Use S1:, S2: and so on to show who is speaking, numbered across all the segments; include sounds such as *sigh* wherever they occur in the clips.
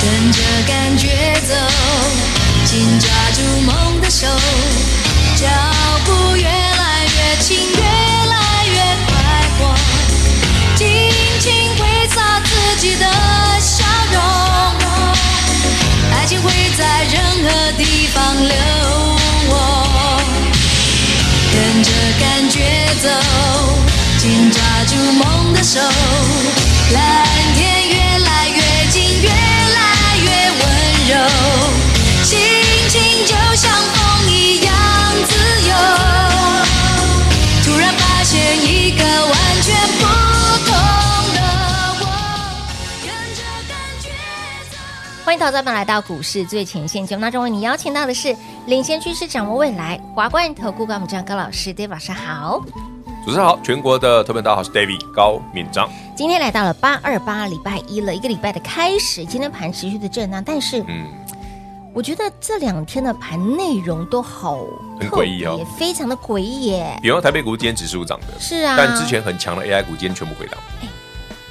S1: 跟着感觉走，紧抓住梦的手，脚步越来越轻，越来越快活，尽情挥洒自己的笑容，爱情会在任何地方流过。跟着感觉走，紧抓住梦的手，蓝天越来越近，越来越温柔，心情就像风一样自由。突然发现一个完全不同的我，跟着感觉走。
S2: 欢迎投资者们来到股市最前线节目当中，为你邀请到的是领先趋势、掌握未来华冠投顾高敏章高老师，David 老师好。
S3: 主持人好，全国的特别大家好，我是 David 高敏章。
S2: 今天来到了八二八礼拜一了，一个礼拜的开始，今天盘持续的震荡，但是
S3: 嗯，
S2: 我觉得这两天的盘内容都好
S3: 很
S2: 特
S3: 诡
S2: 别
S3: 异哦
S2: 非常的诡异耶。
S3: 比方台北股今天指数涨的，
S2: 是啊，
S3: 但之前很强的 AI 股今天全部回档，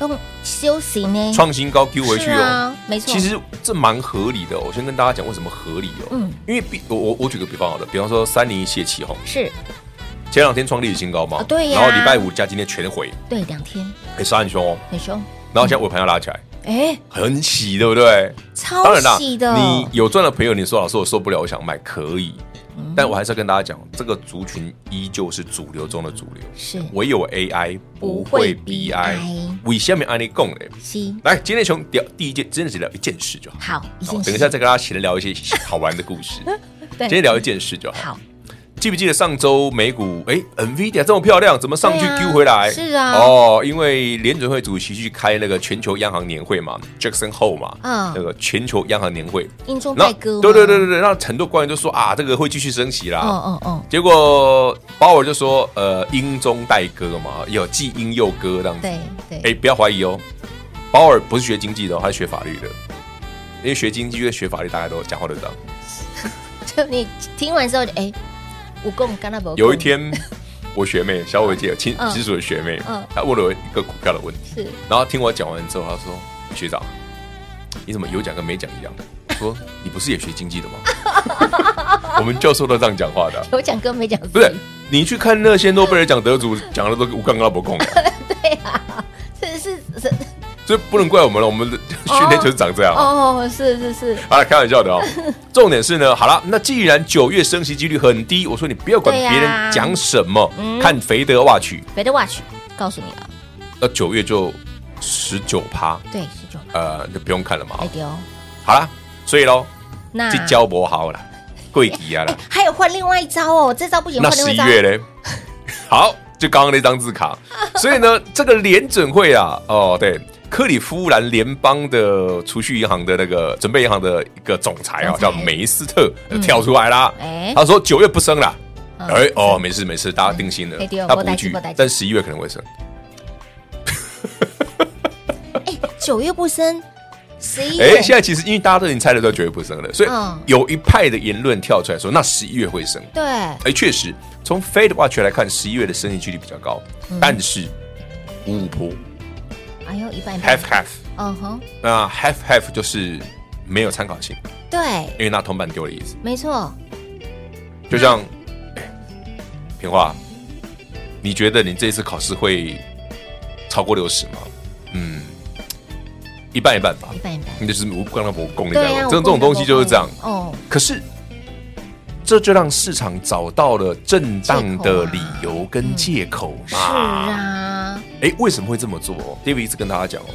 S2: 用休息呢，
S3: 创新高 Q 回去
S2: 哎是啊
S3: 哦。，
S2: 没错，
S3: 其实这蛮合理的哦、我先跟大家讲为什么合理哦。
S2: 嗯
S3: 因为比我我我举个比方好了，比方说三零一谢启宏，
S2: 是
S3: 前两天创历史新高嘛，
S2: 啊对呀
S3: 然后礼拜五加今天全回，
S2: 对两天
S3: 哎、杀很凶哦。
S2: 很凶，
S3: 然后现在尾盘要拉起来，
S2: 哎，
S3: 很喜，对不对？
S2: 超
S3: 当然啦，
S2: 细的，
S3: 你有赚的朋友，你说老师我受不了，我想买可以，但我还是要跟大家讲，这个族群依旧是主流中的主流，
S2: 是
S3: 唯有 AI
S2: 不
S3: 不
S2: 会
S3: 会
S2: BI
S3: BI。为下面按你供嘞，
S2: 吸
S3: 来，今天从聊第一件，真的只聊一件事就好。
S2: 好一
S3: 好
S2: 件事，
S3: 等一下再跟大家闲聊一些好玩的故事。
S2: *laughs* 对
S3: 今天聊一件事就好。
S2: 好
S3: 记不记得上周美股哎，NVIDIA 这么漂亮，怎么上去
S2: 对啊
S3: Q 回来？
S2: 是啊
S3: 哦，因为联准会主席去开那个全球央行年会嘛，Jackson Hole 嘛，
S2: 嗯
S3: 那个全球央行年会，
S2: 英中
S3: 那
S2: 带歌，
S3: 对对对对，对，让很多官员都说啊，这个会继续升息啦。
S2: 哦哦哦，
S3: 结果鲍尔就说，呃，英中带歌嘛，有既英又歌这样子。
S2: 对对，
S3: 哎，不要怀疑哦，鲍尔不是学经济的、哦，他是学法律的，因为学经济跟学法律大家都讲话都这
S2: 哦
S3: 样。
S2: 就你听完之后，哎，我共干那不？
S3: 有
S2: *laughs*
S3: 一天， *laughs* 我学妹小伟姐亲
S2: 嗯
S3: 直属的学妹
S2: 嗯，
S3: 她问了我一个股票的问题，
S2: 是
S3: 然后听我讲完之后，她说：“学长，你怎么有讲跟没讲一样？”我说：“ *laughs* 你不是也学经济的吗？” *laughs* 我们教授都这样讲话的啊、
S2: 有讲跟没讲，
S3: 不是，你去看那些诺贝尔奖得主讲的都无刚刚不空，
S2: *laughs* 啊是是是
S3: 所以不能怪我们了，我们的 *laughs* 训练就是长这样。
S2: 哦，是是是，
S3: 好了，开玩
S2: *laughs*
S3: 笑的哦。重点是呢，好了，那既然九月升息几率很低，我说你不要管
S2: 对
S3: 别
S2: 呀
S3: 人讲什么，
S2: 嗯
S3: 看肥德袜曲，
S2: 别的 watch 告诉你了，
S3: 那九月就十九趴，
S2: 对，是这种，
S3: 呃，就不用看了嘛
S2: 哎。啊丢，
S3: 好了，所以喽，
S2: 那
S3: 这交不好了，贵底啊了
S2: 哎，，还有换另外一招哦，这招不行，
S3: 那
S2: 换另外一
S3: 十一
S2: 招。
S3: 月嘞， *laughs* 好，就刚刚那张
S2: *laughs*
S3: 字卡。所以呢，这个联准会啊，哦，对，克利夫兰联邦的储蓄银行的那个准备银行的一个总裁
S2: 总，
S3: 啊
S2: 裁嗯
S3: 叫梅斯特呃跳出来啦。
S2: 哎
S3: 他说九月不升啦。
S2: 嗯
S3: 哎哦，没事没事，大家定心了
S2: 哎对哦，
S3: 他
S2: 没
S3: 不
S2: 代志
S3: 惧
S2: 没代志，
S3: 但十一月可能会升。
S2: 哎，九月不生，十一
S3: 哎，
S2: 月
S3: 现在其实因为大家都已经猜得到九月不升了，所以
S2: 嗯
S3: 有一派的言论跳出来说，那十一月会升。
S2: 对，
S3: 哎，确实，从 Fed Watch 来看，十一月的升息几率比较高，
S2: 嗯
S3: 但是五五坡
S2: 哎呦，一半一
S3: half
S2: 半，
S3: half，
S2: 嗯哼，
S3: 那 half half 就是没有参考性，
S2: 对，
S3: 因为那铜板丢的意思。
S2: 没错，
S3: 就像，
S2: 嗯
S3: 哎平话，你觉得你这一次考试会超过六十吗？嗯，一半一半吧
S2: 一。半一半，
S3: 你就是无关到我供你
S2: 对啊
S3: 在
S2: 呀，
S3: 这种这种东西就是这样。
S2: 哦，
S3: 可是，这就让市场找到了正当的理由跟借口
S2: 啊是
S3: 嘛。
S2: 啊，
S3: 哎，为什么会这么做哦？David 一直跟大家讲哦，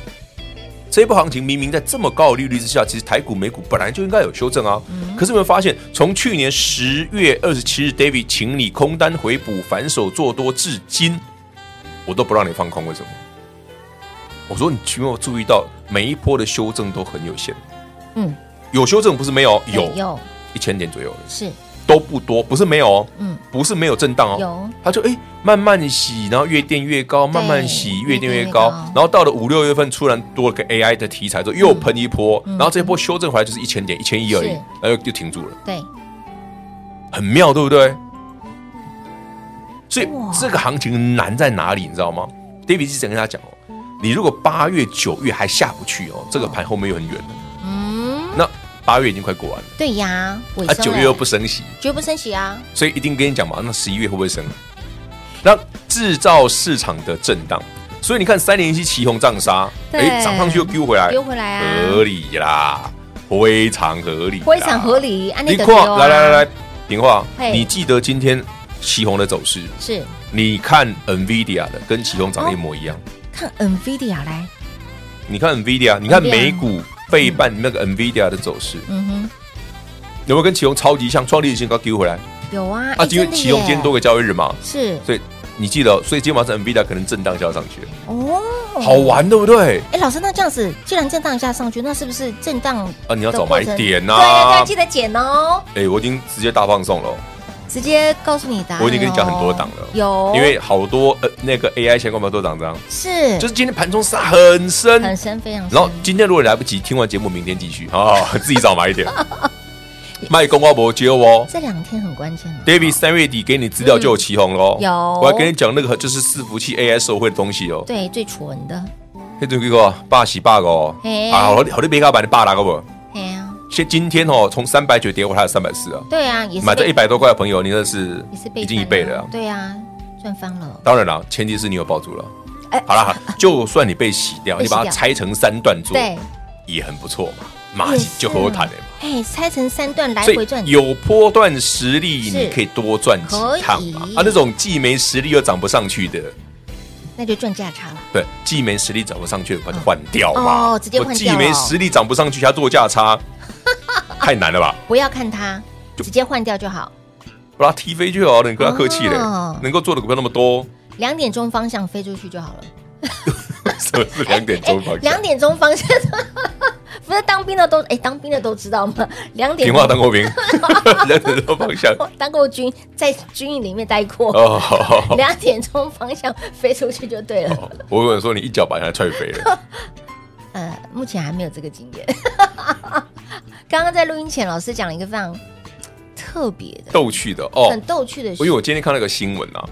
S3: 这一波行情明明在这么高的利率之下，其实台股、美股本来就应该有修正啊。可是有没有发现，从去年十月二十七日 David 请你空单回补、反手做多至今，我都不让你放空，为什么？我说你有没有注意到每一波的修正都很有限？
S2: 嗯，哎
S3: 有修正不是没有，有
S2: 有
S3: 一千点左右而已，
S2: 是
S3: 都不多，不是没有哦，
S2: 嗯，
S3: 不是没有震荡哦，
S2: 有
S3: 它就哎、慢慢洗，然后越垫越高，慢慢洗，越垫越
S2: 越
S3: 高
S2: 垫越高，
S3: 然后到了五六月份突然多了个 AI 的题材之后又喷一波，然后这一波修正回来就是一千点、一千一而哎已
S2: 是，
S3: 然后就停住了。
S2: 对，
S3: 很妙，对不对？所以
S2: 哇
S3: 这个行情难在哪里，你知道吗？David 之前跟他讲哦，你如果八月、九月还下不去哦，这个盘后面又很远了。
S2: 嗯，
S3: 那八月已经快过完了，
S2: 对呀，尾
S3: 啊，
S2: 声
S3: 九月
S2: 了
S3: 又不升息，
S2: 绝不升息啊，
S3: 所以一定跟你讲嘛，那十一月会不会升？那制造市场的震荡，所以你看三连期旗红涨杀，
S1: 对
S3: 哎，涨上去又丢回来，
S2: 丢回来啊
S3: 合，理啦，非常合理啦，
S2: 非常合理，按
S3: 你
S2: 的
S3: 看，来来来来，平话，
S2: 啊嘿
S3: 你记得今天旗红的走势，
S2: 是
S3: 你看 NVIDIA 的跟旗红长得一模一样。
S2: 看 NVIDIA 来，
S3: 你看 NVIDIA，你看
S2: NVIDIA
S3: 美股背半那个 NVIDIA 的走势，
S2: 嗯哼，
S3: 有没有跟旗红超级像？创历史新高丢回来
S2: 有啊，
S3: 啊！
S2: 哎
S3: 因为
S2: 真的
S3: 旗红
S2: 耶
S3: 今天多个交易日嘛，
S2: 是
S3: 所以你记得哦，所以今天晚上 NVIDIA 可能震荡就要上去了，
S2: 哦，
S3: 好。玩对不对？
S2: 哎，老师，那这样子，既然震荡一下上去，那是不是震荡
S3: 啊，你要
S2: 要
S3: 找买点
S2: 对啊，大
S3: 呐
S2: 家记！得减哦，
S3: 哎，我已经直接大放送了哦，
S2: 直接告诉你答案哦。
S3: 我已经跟你讲很多档了
S2: 有，
S3: 因为好多呃那个 AI 相关股都涨涨，
S2: 是
S3: 就是今天盘中杀很深，
S2: 很深，非常深。
S3: 然后今天如果来不及，听完节目明天继续哦， *laughs* 自己找买
S2: *laughs*
S3: 一点。卖公瓜博接哦
S2: 这两天很关键了。啊
S3: ，David 三月底给你资料就有起红喽、
S2: 嗯有
S3: 我还跟你讲那个就是伺服器 AI 受惠的东西哦。
S2: 对，最纯的，
S3: 那这个霸喜 bug 哦
S2: 嘿，
S3: 啊，好，好的，别卡把你霸哪个不？
S2: 哎呀，
S3: 现今天哦，从三百九跌回来三百四啊，
S2: 对啊，也是
S3: 买这
S2: 被
S3: 一百多块的朋友，你那是
S2: 也是被
S3: 已经一
S2: 翻
S3: 倍了啊、
S2: 对啊，赚翻了。
S3: 当然啦，前提是你有抱住了。
S2: 哎
S3: 好
S2: *laughs*
S3: 啦，就算你被洗掉，
S2: 被
S3: 你
S2: 洗掉
S3: 把它拆成三段做，
S2: 对，
S3: 也很不错嘛，马上就和我谈了嘛。
S2: 哎，拆成三段来
S3: 所
S2: 回
S3: 以
S2: 赚，
S3: 有波段实力，
S2: 是
S3: 你可以多赚几趟嘛
S2: 可以。
S3: 啊，那种既没实力又涨不上去的，
S2: 那就赚价差了。
S3: 对，既没实力涨不上去的，把它换掉嘛。
S2: 哦直接换
S3: 我
S2: 掉
S3: 既
S2: 哦
S3: 没实力涨不上去，还做价
S2: *laughs*
S3: 差，太难了吧？
S2: 不要看它，
S3: 就
S2: 直接换掉就好。
S3: 把它踢飞就好了，你跟他客气嘞
S2: 哦。
S3: 能够做的股票那么多， *laughs*
S2: 两点钟方向飞出去就好了。
S3: 是不是两点钟吧？
S2: 哎两点钟方向，不是当兵的都哎，当兵的都知道吗？两点
S3: 平话当过兵，两点钟方向。
S2: 当过军，在军营里面待过，
S3: 哦，好好好
S2: 两点钟方向飞出去就对
S3: *laughs*
S2: 了。
S3: 我跟你说，你一脚把人家踹飞了。
S2: 呃，目前还没有这个经验。 *laughs* 刚刚在录音前，老师讲了一个非常特别的、
S3: 逗趣的哦
S2: 很，逗趣的事
S3: 因为我今天看那个新闻啊，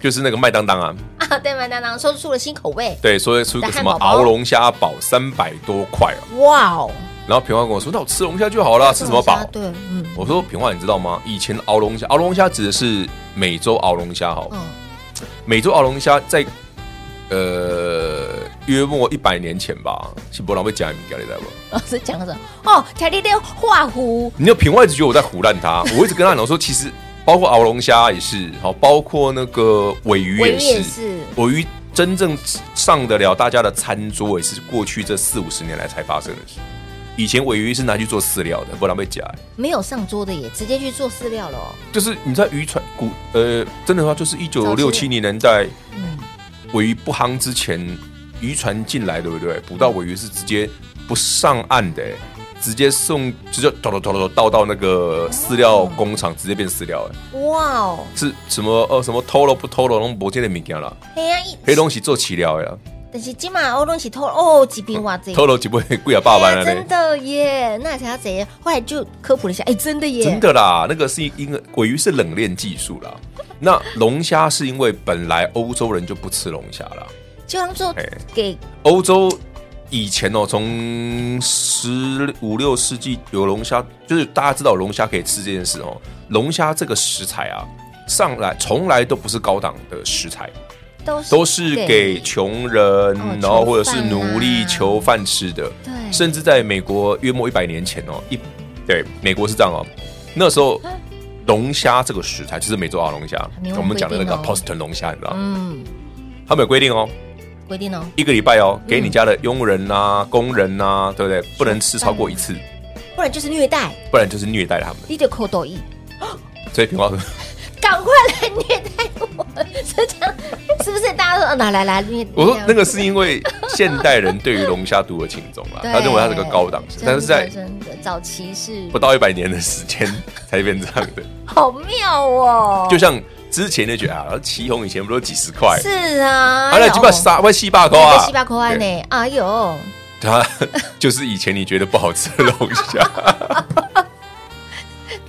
S3: 就是那个麦当当啊，
S2: *laughs* 啊，对麦当当说出了新口味，
S3: 对，所以出个什么熬龙虾堡三百多块哦。
S2: 哇哦，
S3: 然后平花跟我说：“那我吃龙虾就好了，吃什么
S2: 这种
S3: 饱
S2: 虾对，嗯？”
S3: 我说：“平花，你知道吗？以前熬龙虾，熬龙虾指的是美洲熬龙虾，好，
S2: 嗯，
S3: 美洲熬龙虾在呃约莫一百年前吧，是波浪会讲你知道不？
S2: *laughs* 老师讲了什么？哦，条例六画虎，
S3: 你知道平花一直觉得我在胡乱 *laughs* 他，我一直跟他讲说，其实包括熬龙虾也是，好，包括那个尾鱼
S2: 我
S3: 也
S2: 也
S3: 是，
S2: 是，
S3: 尾鱼真正上得了大家的餐桌，也是过去这四五十年来才发生的事。以前尾鱼是拿去做饲料的，不然被夹。
S2: 没有上桌的也直接去做饲料了哦。
S3: 就是你在渔船古呃，真的话，就是一九
S2: 早
S3: 六
S2: 期
S3: 七年年代
S2: 嗯，
S3: 尾鱼不夯之前，渔船进来，对不对？捕到尾鱼是直接不上岸的、直接送，直接倒倒倒倒倒到那个饲料工厂，直接变饲料、哎
S2: 哇哦，
S3: 是什么呃什么偷了不偷了，拢不见的物件啦，
S2: 哎呀，一
S3: 黑东西做饲料呀，
S2: 但是今晚欧东西偷哦，几瓶哇这。
S3: 偷了几杯贵啊八
S2: 哎
S3: 万
S2: 呀
S3: 了嘞
S2: 真。的耶，那才要怎样？后来就科普了一下，哎，真的耶，
S3: 真的啦，那个是因为尾鱼是冷链技术啦，那龙虾是因为本来欧洲人就不吃龙虾啦，
S2: 就当做
S3: 哎
S2: 给
S3: 欧洲以前哦，从十五六世纪有龙虾，就是大家知道龙虾可以吃这件事哦。龙虾这个食材啊，上来从来都不是高档的食材，
S2: 都是
S3: 都是给穷人，
S2: 哦
S3: 然后或者
S2: 囚
S3: 是
S2: 犯啊
S3: 奴隶囚犯吃的。
S2: 对
S3: 甚至在美国约莫一百年前哦，一对美国是这样哦，那时候。龙虾这个食材就是美洲澳龙虾
S2: 啊明，文
S3: 我们讲的那个
S2: 规定哦
S3: Poston 龙虾，你知道，
S2: 嗯
S3: 他们有规定哦，
S2: 规定哦，
S3: 一个礼拜哦，给你家的佣人呐、啊工人
S2: 嗯
S3: 呐、对不对？不能吃超过一次，
S2: 不然就是虐待，
S3: 不然就是虐待他们。
S2: 你得扣抖音，
S3: 所以平花说， *laughs*
S2: 赶快来虐待我，是这样，是不是？大家他说：“啊来来来，你
S3: 我说那个是因为现代人对于龙虾毒的轻重啦，
S2: 对啊
S3: 他认为它是个高档食，
S2: 真的
S3: 但是在
S2: 真的早期是
S3: 不到一百年的时间才变这样的。
S2: 好妙哦，
S3: 就像之前就觉得啊，祁宏以前不都几十块，
S2: 是啊，
S3: 啊，那几百
S2: 傻
S3: 杀，外七八块
S2: 在
S3: 啊，
S2: 西巴口岸
S3: 对，
S2: 呢，哎呦，
S3: 它就是以前你觉得不好吃的龙
S2: *laughs*
S3: 虾，
S2: 啊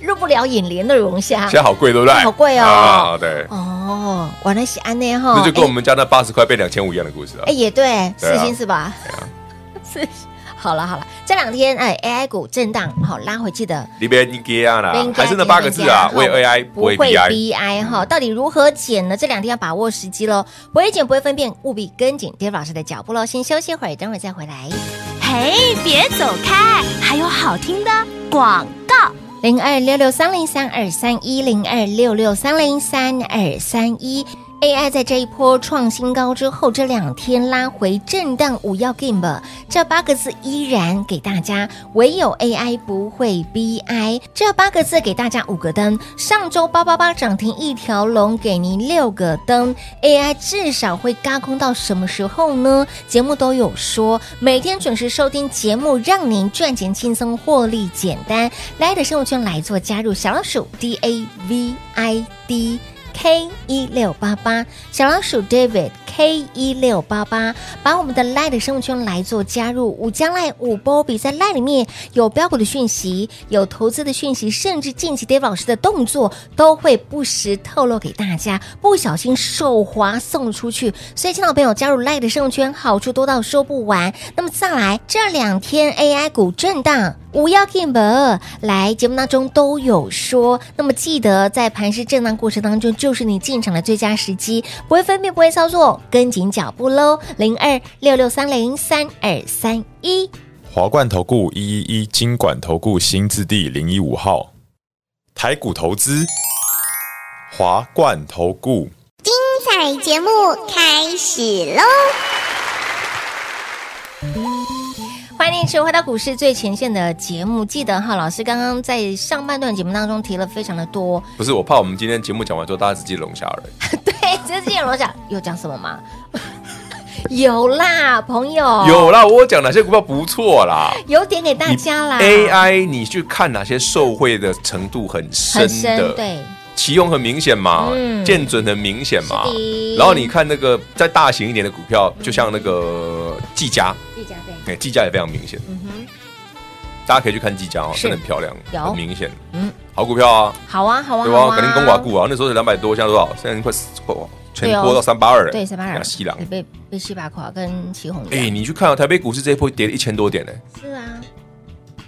S2: 入不了眼帘的龙虾
S3: 现。在好贵，对不对？
S2: 好贵哦
S3: 啊，对，
S2: 哦，原来是安内哈，
S3: 那就跟我
S2: 哎
S3: 们家那八十块变两千五一样的故事啊
S2: 哎、。也对，
S3: 对啊
S2: 四星是吧？ *laughs* 四星好了好了，这两天哎 AI 股震荡，好拉回，记得
S3: 你别你给啊啦，还是那八个字
S2: 人
S3: 啊
S2: 家，
S3: 为 AI
S2: 不
S3: 不
S2: 会
S3: 为 BI。
S2: BI
S3: 嗯
S2: 哈，到底如何减呢？这两天要把握时机喽，不会减不会分辨，务必跟紧 Dave 老师的脚步喽。先休息一会儿，等会儿再回来。
S4: 嘿，别走开，还有好听的广告。
S2: 零二六六三零三二三一零二六六三零三二三一。AI 在这一波创新高之后，这两天拉回震荡五要 game，这八个字依然给大家，唯有 AI 不会 BI，这八个字给大家五个灯。上周八八八涨停一条龙，给您六个灯。AI 至少会嘎空到什么时候呢？节目都有说，每天准时收听节目，让您赚钱轻松，获利简单。来的生活圈来做加入小老鼠 D A V I D。K 一六八八小老鼠 David K 一六八八，把我们的 Light 的生物圈来做加入，五将赖五波比在 Light 里面有标股的讯息，有投资的讯息，甚至近期 David 老师的动作都会不时透露给大家，不小心手滑送出去。所以，亲爱的朋友，加入 Light 的生物圈好处多到说不完。那么再来，这两天 AI 股震荡。五要 k i m b 来节目当中都有说，那么记得在盘市震荡过程当中，就是你进场的最佳时机，不会分辨，不会操作，跟紧脚步喽。零二六六三零三二三一，
S5: 华冠投顾一一一金管投顾新字第零一五号，台股投资，华冠投顾。
S6: 彩节目开始喽！
S2: 欢迎收回到股市最前线的节目。记得哈，老师刚刚在上半段节目当中提了非常的多， *laughs*
S3: 不是，我怕我们今天节目讲完之后，大家只记得龙虾而已。
S2: 对，这之前罗讲有讲什么吗？ *laughs* 有啦，朋友，
S3: 有啦，我讲哪些股票不错啦。
S2: 有点给大家啦
S3: AI，你去看哪些受惠的程度很深
S2: 很深
S3: 的，
S2: 对。
S3: 其用很明显嘛，
S2: 嗯
S3: 见准很明显嘛
S2: 是的。
S3: 然后你看那个再大型一点的股票，就像那个技嘉，
S2: 一家对，
S3: 哎，技嘉也非常明显。大家可以去看技嘉哦，
S2: 嗯是
S3: 真的很漂亮，
S2: 有
S3: 很明显。
S2: 嗯
S3: 嗯，好股票啊，
S2: 好啊，好啊，
S3: 对
S2: 好
S3: 吧？
S2: 啊
S3: 肯定公寡股啊，那时候是两百多，现在多少？现在快哦全
S2: 对
S3: 波
S2: 哦
S3: 到三八二了，哎
S2: 对，三八二，嗯
S3: 西朗
S2: 你。被被西巴垮跟祁宏一
S3: 哎，
S2: 样，
S3: 你去看啊，台北股市这一波跌了一千多点呢，
S2: 是啊，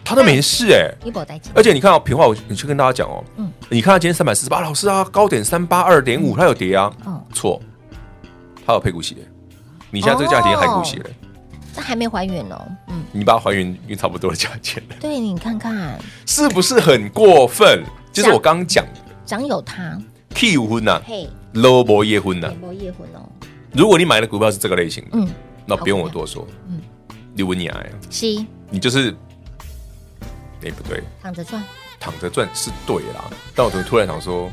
S3: 它都没事哎。
S2: 一波带进，
S3: 而且你看哦，平话我你去跟大家讲哦，
S2: 嗯
S3: 你看它今天三百四十八，老师啊，高点三八二点五，它有跌啊，
S2: 哦，
S3: 错，它有配股息的，你现在这个价钱还股息
S2: 哦
S3: 的，
S2: 这还没还原哦，嗯，
S3: 你把它还原用差不多的价钱了，
S2: 对你看看，
S3: 是不是很过分？就是我刚讲啊的
S2: 长有他，
S3: ，K 五婚呐
S2: 嘿，
S3: ，low 博夜婚呐
S2: 美，波夜魂哦，
S3: 如果你买的股票是这个类型的，
S2: 嗯，
S3: 那不用我多说，嗯，你文雅呀，
S2: 是
S3: 你就是，哎不对，
S2: 躺着赚，
S3: 躺着赚是对啦，但我怎么突然想说，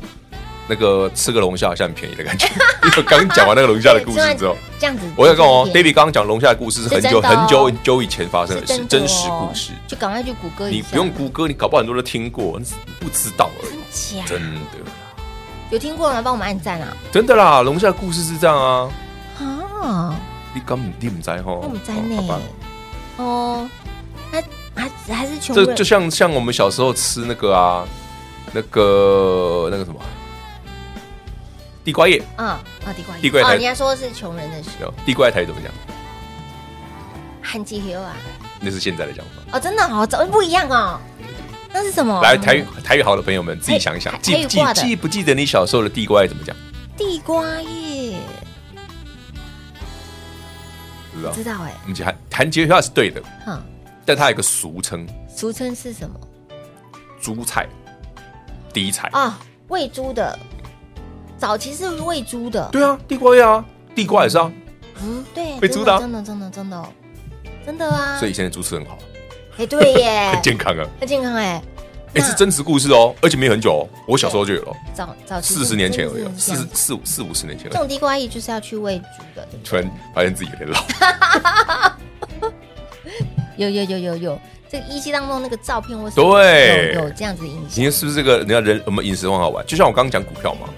S3: 那个吃个龙虾好像很便宜的
S2: *laughs*
S3: 感觉？因为我刚讲完那个龙虾的故事之后，
S2: 哎这样子，
S3: 我要跟我
S2: 这样子
S3: David 刚刚讲哦龙虾的故事是很
S2: 哦是真
S3: 久
S2: 的哦
S3: 很久很久以前发生的
S2: 是
S3: 事，
S2: 真的哦
S3: 真实故事。
S2: 就赶快去谷歌一
S3: 你
S2: 下，
S3: 不用谷歌，你搞不好很多人都听过，你不知道而已。
S2: 假，
S3: 真的，
S2: 有听过吗？帮我们按赞啊，
S3: 真的啦，龙虾的故事是这样啊。
S2: 啊，
S3: 你根本你不知吼，
S2: 我们在
S3: 哦好吧
S2: 呢，哦，那还还是穷
S3: 这
S2: 人
S3: 就像像我们小时候吃那个啊，那个那个什么啊地瓜叶，
S2: 啊啊，地瓜叶
S3: 地瓜叶
S2: 哦，
S3: 才
S2: 人家说是穷人的事，
S3: 有地瓜叶台语怎么讲？
S2: 汉基 h 啊。
S3: 那是现在的讲法。
S2: 哦，真的好、哦，怎么不一样哦？那是什么？
S3: 来，台语台语好的朋友们，自己想一想
S2: 哦台，
S3: 记
S2: 台
S3: 不
S2: 语
S3: 记
S2: 挂的
S3: 记不记得你小时候的地瓜叶怎么讲？
S2: 地瓜叶，
S3: 不知道
S2: 知，道哎、
S3: 我们韩韩杰话是对的，
S2: 哈，
S3: 但它有一个俗称，
S2: 俗称是什么？
S3: 猪菜、低菜。
S2: 啊、喂猪的，早期是喂猪的，
S3: 对啊，地瓜叶啊，地瓜也是啊，
S2: 嗯，对，
S3: 喂猪的啊
S2: 真的，真的，真的，真的哦，真的啊
S3: 所，以现在猪吃很好，
S2: 哎，对耶，
S3: 很健康啊。
S2: 很健康哎、
S3: 哎，哎、是真实故事哦，而且没有很久、哦，我小时候就有了，
S2: 早早期
S3: 四十年前而已哦，四
S2: 四
S3: 十四五四五十年前而已
S2: 种地瓜叶就是要去喂猪的，对不
S3: 突然发现自己有点老，
S2: 对？有有有有有，这个依稀当中那个照片我
S3: 对
S2: 有有这样子的影
S3: 你
S2: 响
S3: 看，是不是这个人家人我们饮食很好玩？就像我刚刚讲股票嘛，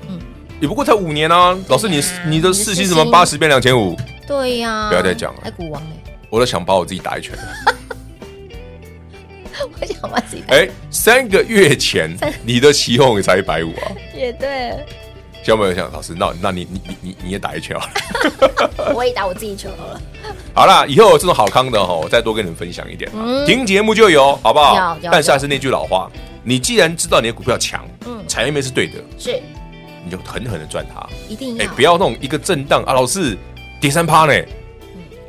S3: 也不过才五年啊。老师你，你的事情怎么
S2: 嗯你的四星
S3: 八十变两千五？
S2: 对呀、
S3: 不要再讲了
S2: 爱股王哎、
S3: 我都想把我自己打一拳。
S2: *laughs* 我想把自己打
S3: 哎、三个月前你的起哄也才一百五啊，
S2: 也对，
S3: 小朋友想老师，那那你你你你你也打一拳好了。 *laughs*
S2: 我也打我自己球好了，
S3: 好啦，以后有这种好康的哈，我再多跟你们分享一点嘛。
S2: 嗯
S3: 听节目就有，好不好
S2: 有？有
S3: 但是还是那句老话，你既然知道你的股票强，
S2: 嗯
S3: 产业面是对的，
S2: 是
S3: 你就狠狠的赚它。
S2: 一定
S3: 哎、
S2: 要、
S3: 不要那种一个震荡啊，老师跌三趴呢，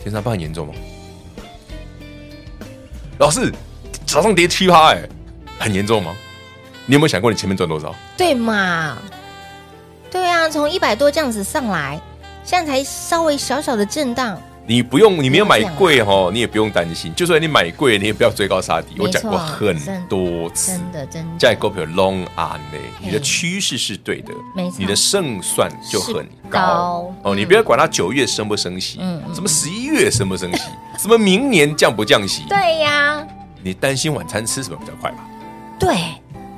S3: 跌三趴很严重吗？老师早上跌七趴，哎、很严重吗？你有没有想过你前面赚多少？
S2: 对嘛？对啊，从一百多这样子上来，现在才稍微小小的震荡，
S3: 你不用，你没有买
S2: 不要这样啊
S3: 贵哦，你也不用担心。就算你买贵，你也不要追高杀低。我
S2: 没
S3: 讲
S2: 错
S3: 过很
S2: 真
S3: 多次，
S2: 真的真
S3: 在股
S2: 的，
S3: 票 long on 呢，
S2: 嘿
S3: 啊你的趋势是对的
S2: 没，错
S3: 你的胜算就很
S2: 是
S3: 高
S2: 高
S3: 哦。
S2: 嗯
S3: 你不要管它九月升不升息
S2: 嗯，嗯
S3: 什么十一月升不升息，什么明年降不降息，
S2: 对呀、
S3: 你担心晚餐吃什么比较快吧？
S2: 对，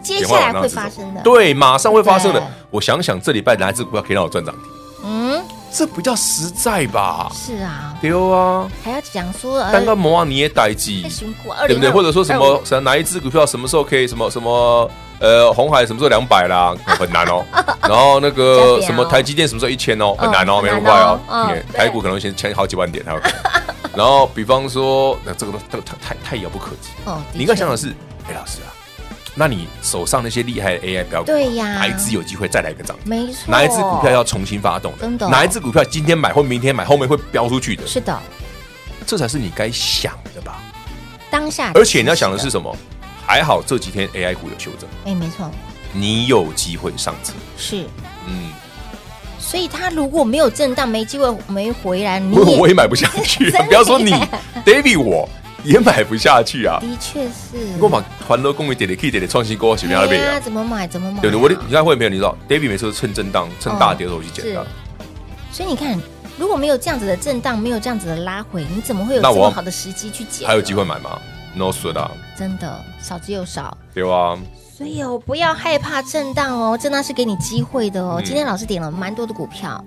S2: 接下来会发生的，
S3: 对，马上会发生的
S2: 对。
S3: 我想想，这礼拜哪一只股票可以让我赚涨停？
S2: 嗯，
S3: 这比较实在吧？
S2: 是啊，
S3: 丢啊，
S2: 还要讲说呃哎
S3: 单个摩啊你也待机
S2: 在，巡股
S3: 对不对？
S2: 2025
S3: 或者说什
S2: 25
S3: 么什么哪一只股票什么时候可以什么什么呃红海什么时候两百啦，很难
S2: *laughs*
S3: 哦。然后那个
S2: 加
S3: 什
S2: 点哦
S3: 么台积电什么时候一千哦，很难哦，
S2: 嗯
S3: 没那么
S2: 很
S3: 快
S2: 难
S3: 哦
S2: 哦。嗯
S3: 你
S2: 对
S3: 台股可能先前好几万点才有可能。
S2: *laughs*
S3: 然后比方说，那这个都这个太太太遥不可及。
S2: 哦，
S3: 你应该想
S2: 想，
S3: 想是，哎，老师啊，那你手上那些厉害的 AI 标股啊，
S2: 对呀
S3: 哪一只有机会再来一个涨停？
S2: 没错，
S3: 哪一只股票要重新发动
S2: 真的哦
S3: 哪一只股票今天买或明天买，后面会飙出去的？
S2: 是的，
S3: 这才是你该想的吧？
S2: 当下，
S3: 而且你要想的是，什么？还好这几天 AI 股有修正，
S2: 哎，没错，
S3: 你有机会上车。
S2: 是，
S3: 嗯，
S2: 所以他如果没有震荡，没机会没回来，你
S3: 我
S2: 也
S3: 我也买不下
S2: *laughs*
S3: 去、
S2: 真
S3: 啊，
S2: 的
S3: 不要说你，David 我也买不下去啊。
S2: 的确是，
S3: 我把团都公益点点 K 点点创新高，什么样的
S2: 对
S3: 倍
S2: 呀，
S3: 啊？
S2: 怎么买怎么买啊，
S3: 对不对？我的你看会没有？你知道，David 每次都趁震荡、趁大跌的时候去捡啊的
S2: 是。所以你看，如果没有这样子的震荡，没有这样子的拉回，你怎么会有
S3: 那
S2: 这
S3: 我
S2: 么好的时机去捡？
S3: 还有机会，买吗？No 损啊，
S2: 真的少之又少。
S3: 对吧？
S2: 所以哦，不要害怕震荡哦，震荡是给你机会的哦。
S3: 嗯
S2: 今天老师点了蛮多的股票，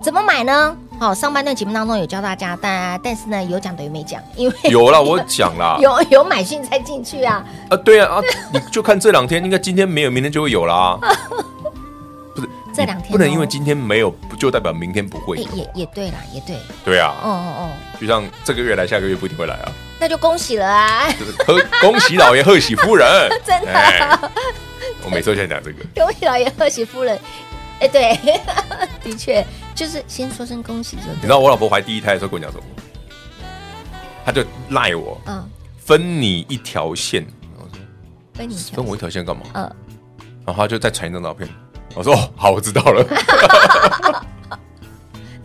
S2: 怎么买呢？好、上半段节目当中有教大家，但但是呢，有讲等于没讲，因为，
S3: 有啦，我讲
S2: *laughs*
S3: 啦
S2: 有有买进才进去啊。
S3: 啊，对啊，啊，你就看这两天，应该今天没有，明天就会
S2: *laughs*
S3: 有啦。不是
S2: 这两天哦
S3: 不能因为今天没有，不就代表明天不会
S2: 哎、
S3: 有？
S2: 也也对啦，也对，
S3: 对啊，
S2: 哦哦哦，
S3: 就像这个月来，下个月不一定会来啊。
S2: 那就恭喜了啊， *laughs*
S3: 就是贺恭喜老爷，贺喜夫人，
S2: 真的
S3: 哎我每次都想讲这个，
S2: 恭喜老爷，贺喜夫人。哎、对， *laughs* 的确就是先说声恭喜就
S3: 你
S2: 对
S3: 知。道我老婆怀第一胎的时候跟我讲什么吗？她就赖我
S2: 嗯，
S3: 分你一条线，我说
S2: 分你一条
S3: 分我一条线干嘛？
S2: 嗯
S3: 然后她就再传一张照片，我说哦，好，我知道
S2: *laughs*
S3: 了。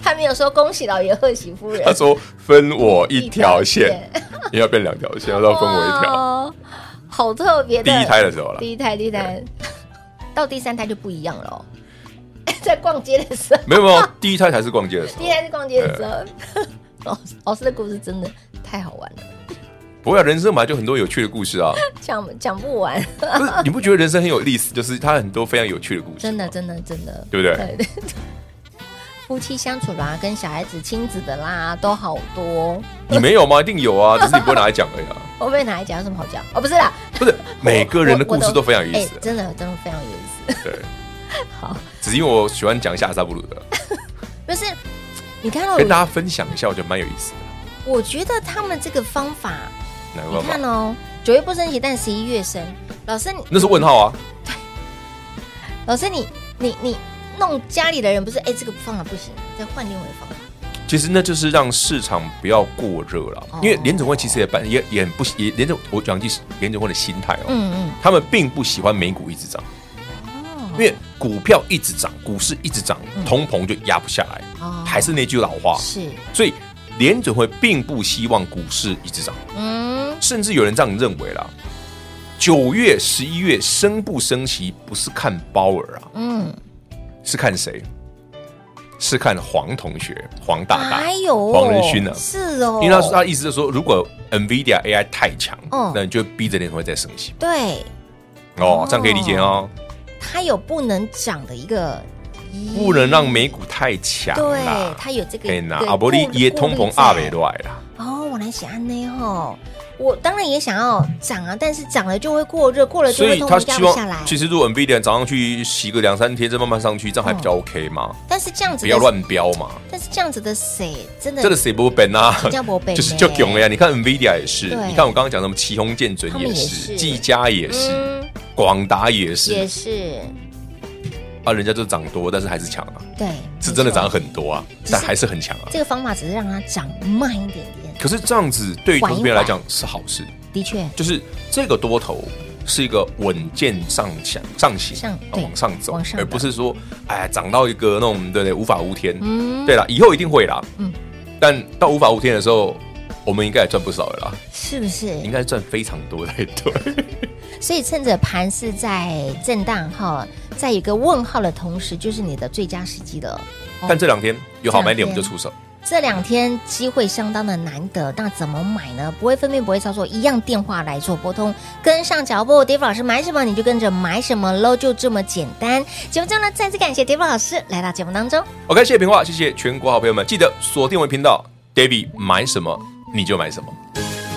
S2: 他没有说恭喜老爷贺喜夫人
S3: 她，说分我一条线，你要变两条线，她
S2: 哦
S3: 说分我一条。
S2: 哇，好特别的。
S3: 第一胎的时候了，
S2: 第一胎，第一胎， *laughs* 到第三胎就不一样了、哦。 *laughs* 在逛街的时候，
S3: 没有没有，第一胎才是逛街的时
S2: *laughs*
S3: 候
S2: 第一。胎是逛街的时候， *laughs* 老师老师的故事真的太好玩了，
S3: 不会啊，人生本来就很多有趣的
S2: *laughs*
S3: 故事啊，
S2: 讲讲不完，
S3: 不是你不觉得人生很有意思？就是它很多非常有趣的故事，
S2: 真的，真的，真的，
S3: 对不对？
S2: 对对。 *laughs* 夫妻相处啦，跟小孩子、亲子的啦，都好多。
S3: 你没有吗？一定有啊，只是你不会拿来讲
S2: *laughs*
S3: 而已啊。
S2: 我被拿来讲有什么好讲？哦，不是啦，
S3: 不是每个人的
S2: 我我
S3: 故事都非常有意
S2: 哎
S3: 思，
S2: 真的真的非常有意思。 *laughs*
S3: 对。只是因为我喜欢讲一下阿萨布鲁的，
S2: 就是你看到
S3: 跟大
S2: 我，
S3: 家分享一下，我觉得蛮有意思的。
S2: 我觉得他们这个方法，
S3: 哪个
S2: 你
S3: 办
S2: 看
S3: 法？
S2: 哦，九月不升息，但十一月升。老师，你
S3: 那是问号啊，
S2: 老师你你你弄家里的人不是哎、这个方法不行，再换另外一个方法。
S3: 其实那就是让市场不要过热了，
S2: 哦
S3: 因为联总会其实也办也也很不喜也联总我讲句联总会的心态哦，
S2: 嗯
S3: 他们并不喜欢美股一直涨，
S2: 哦
S3: 因为股票一直涨，股市一直涨，通膨就压不下来。
S2: 嗯，哦
S3: 还是那句老话，
S2: 是，
S3: 所以联准会并不希望股市一直涨，
S2: 嗯
S3: 甚至有人这样认为啦。九月、十一月升不升息，不是看鲍尔啊，
S2: 嗯，
S3: 是看谁？是看黄同学、黄大大、
S2: 哎呦，
S3: 黄仁勋啊。
S2: 是哦，
S3: 因为他他意思是说，如果 NVIDIA AI 太强，
S2: 嗯
S3: 那你就逼着联储会再升息
S2: 对
S3: 哦，这样可以理解哦。
S2: 嗯他有不能涨的一个，
S3: 不能让美股太强
S2: 对
S3: 啦，
S2: 他有这个，
S3: 嘿呐，
S2: 对
S3: 阿伯利
S2: 顾
S3: 也通
S2: 顾
S3: 膨
S2: 虑在
S3: 阿北来啦，
S2: 哦，我来写安内吼，我当然也想要涨啊，但是涨了就会过热，过了就
S3: 所
S2: 会
S3: 以
S2: 通
S3: 他
S2: 膨压
S3: 希
S2: 不下来
S3: 望，。其实如果 NVIDIA 早上去洗个两三天，再慢慢上去，这样还比较 OK 嘛，
S2: 但嗯是这样子的
S3: 不要，乱标嘛。
S2: 但是这样子的谁真的
S3: 这个谁不本啊
S2: 比较不笨？
S3: 就是
S2: 呢
S3: 就囧了呀！你看 NVIDIA 也是，
S2: 对
S3: 你看我刚刚讲什么旗宏建准
S2: 他们
S3: 也
S2: 也
S3: 是，
S2: 是
S3: 技嘉也是，
S2: 嗯
S3: 广达
S2: 也
S3: 也是，
S2: 是
S3: 啊，人家就涨多，但是还是强啊，
S2: 对，
S3: 是真的涨
S2: 没错。
S3: 很多啊，但还是很强啊。
S2: 这个方法只是让它涨慢一点点，
S3: 可是这样子对于投资
S2: 缓一
S3: 人
S2: 缓
S3: 来讲是好事，
S2: 的确
S3: 就是这个多头是一个稳健上强上行，
S2: 上
S3: 啊
S2: 对
S3: 往上走
S2: 往，上
S3: 而不是说哎涨到一个那种对不对无法无天。
S2: 嗯
S3: 对啦，以后一定会啦。
S2: 嗯
S3: 但到无法无天的时候，我们应该也赚不少了啦，
S2: 是不
S3: 应
S2: 是？
S3: 该赚非常多才对。
S2: 所以趁着盘是在震荡哈，在一个问号的同时，就是你的最佳时机了。
S3: 但这两天有好买
S2: 这
S3: 点，
S2: 两天
S3: 我们就出手。
S2: 这两天机会相当的难得，那怎么买呢？不会分辨，不会操作，一样电话来做拨通，跟上脚步。Dave 老师买什么你就跟着买什么喽，就这么简单。节目最后呢，再次感谢 Dave 老师来到节目当中。
S3: OK，谢谢平话，谢谢全国好朋友们，记得锁定我们频道，David 买什么你就买什么。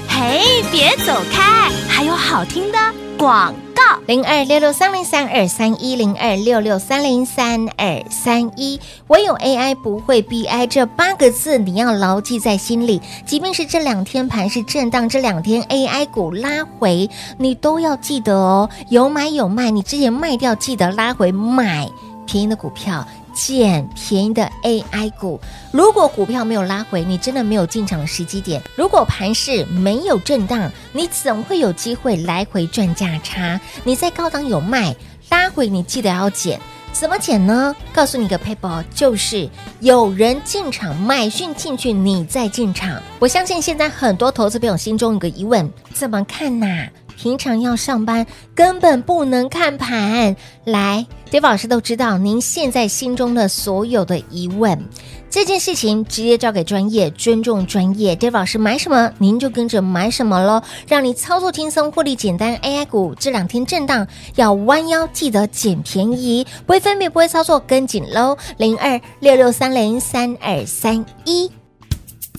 S4: 嘿，别走开，还有好听的广告。
S2: 零二六六三零三二三一零二六六三零三二三一。唯有 AI 不会 BI 这八个字你要牢记在心里，即便是这两天盘是震荡，这两天 AI 股拉回，你都要记得哦，有买有卖，你之前卖掉记得拉回买便宜的股票。捡便宜的 AI 股，如果股票没有拉回，你真的没有进场时机点；如果盘势没有震荡，你总会有机会来回赚价差。你在高档有卖，拉回你记得要减。怎么减呢？告诉你个 paper，就是有人进场买讯进去，你再进场。我相信现在很多投资朋友心中有个疑问：怎么看呐、平常要上班，根本不能看盘。来，Dave 老师都知道您现在心中的所有的疑问。这件事情直接交给专业，尊重专业。Dave 老师买什么，您就跟着买什么喽，让你操作轻松，获利简单。AI 股这两天震荡，要弯腰记得捡便宜，不会分辨，不会操作，跟紧喽。零二六六三零三二三一。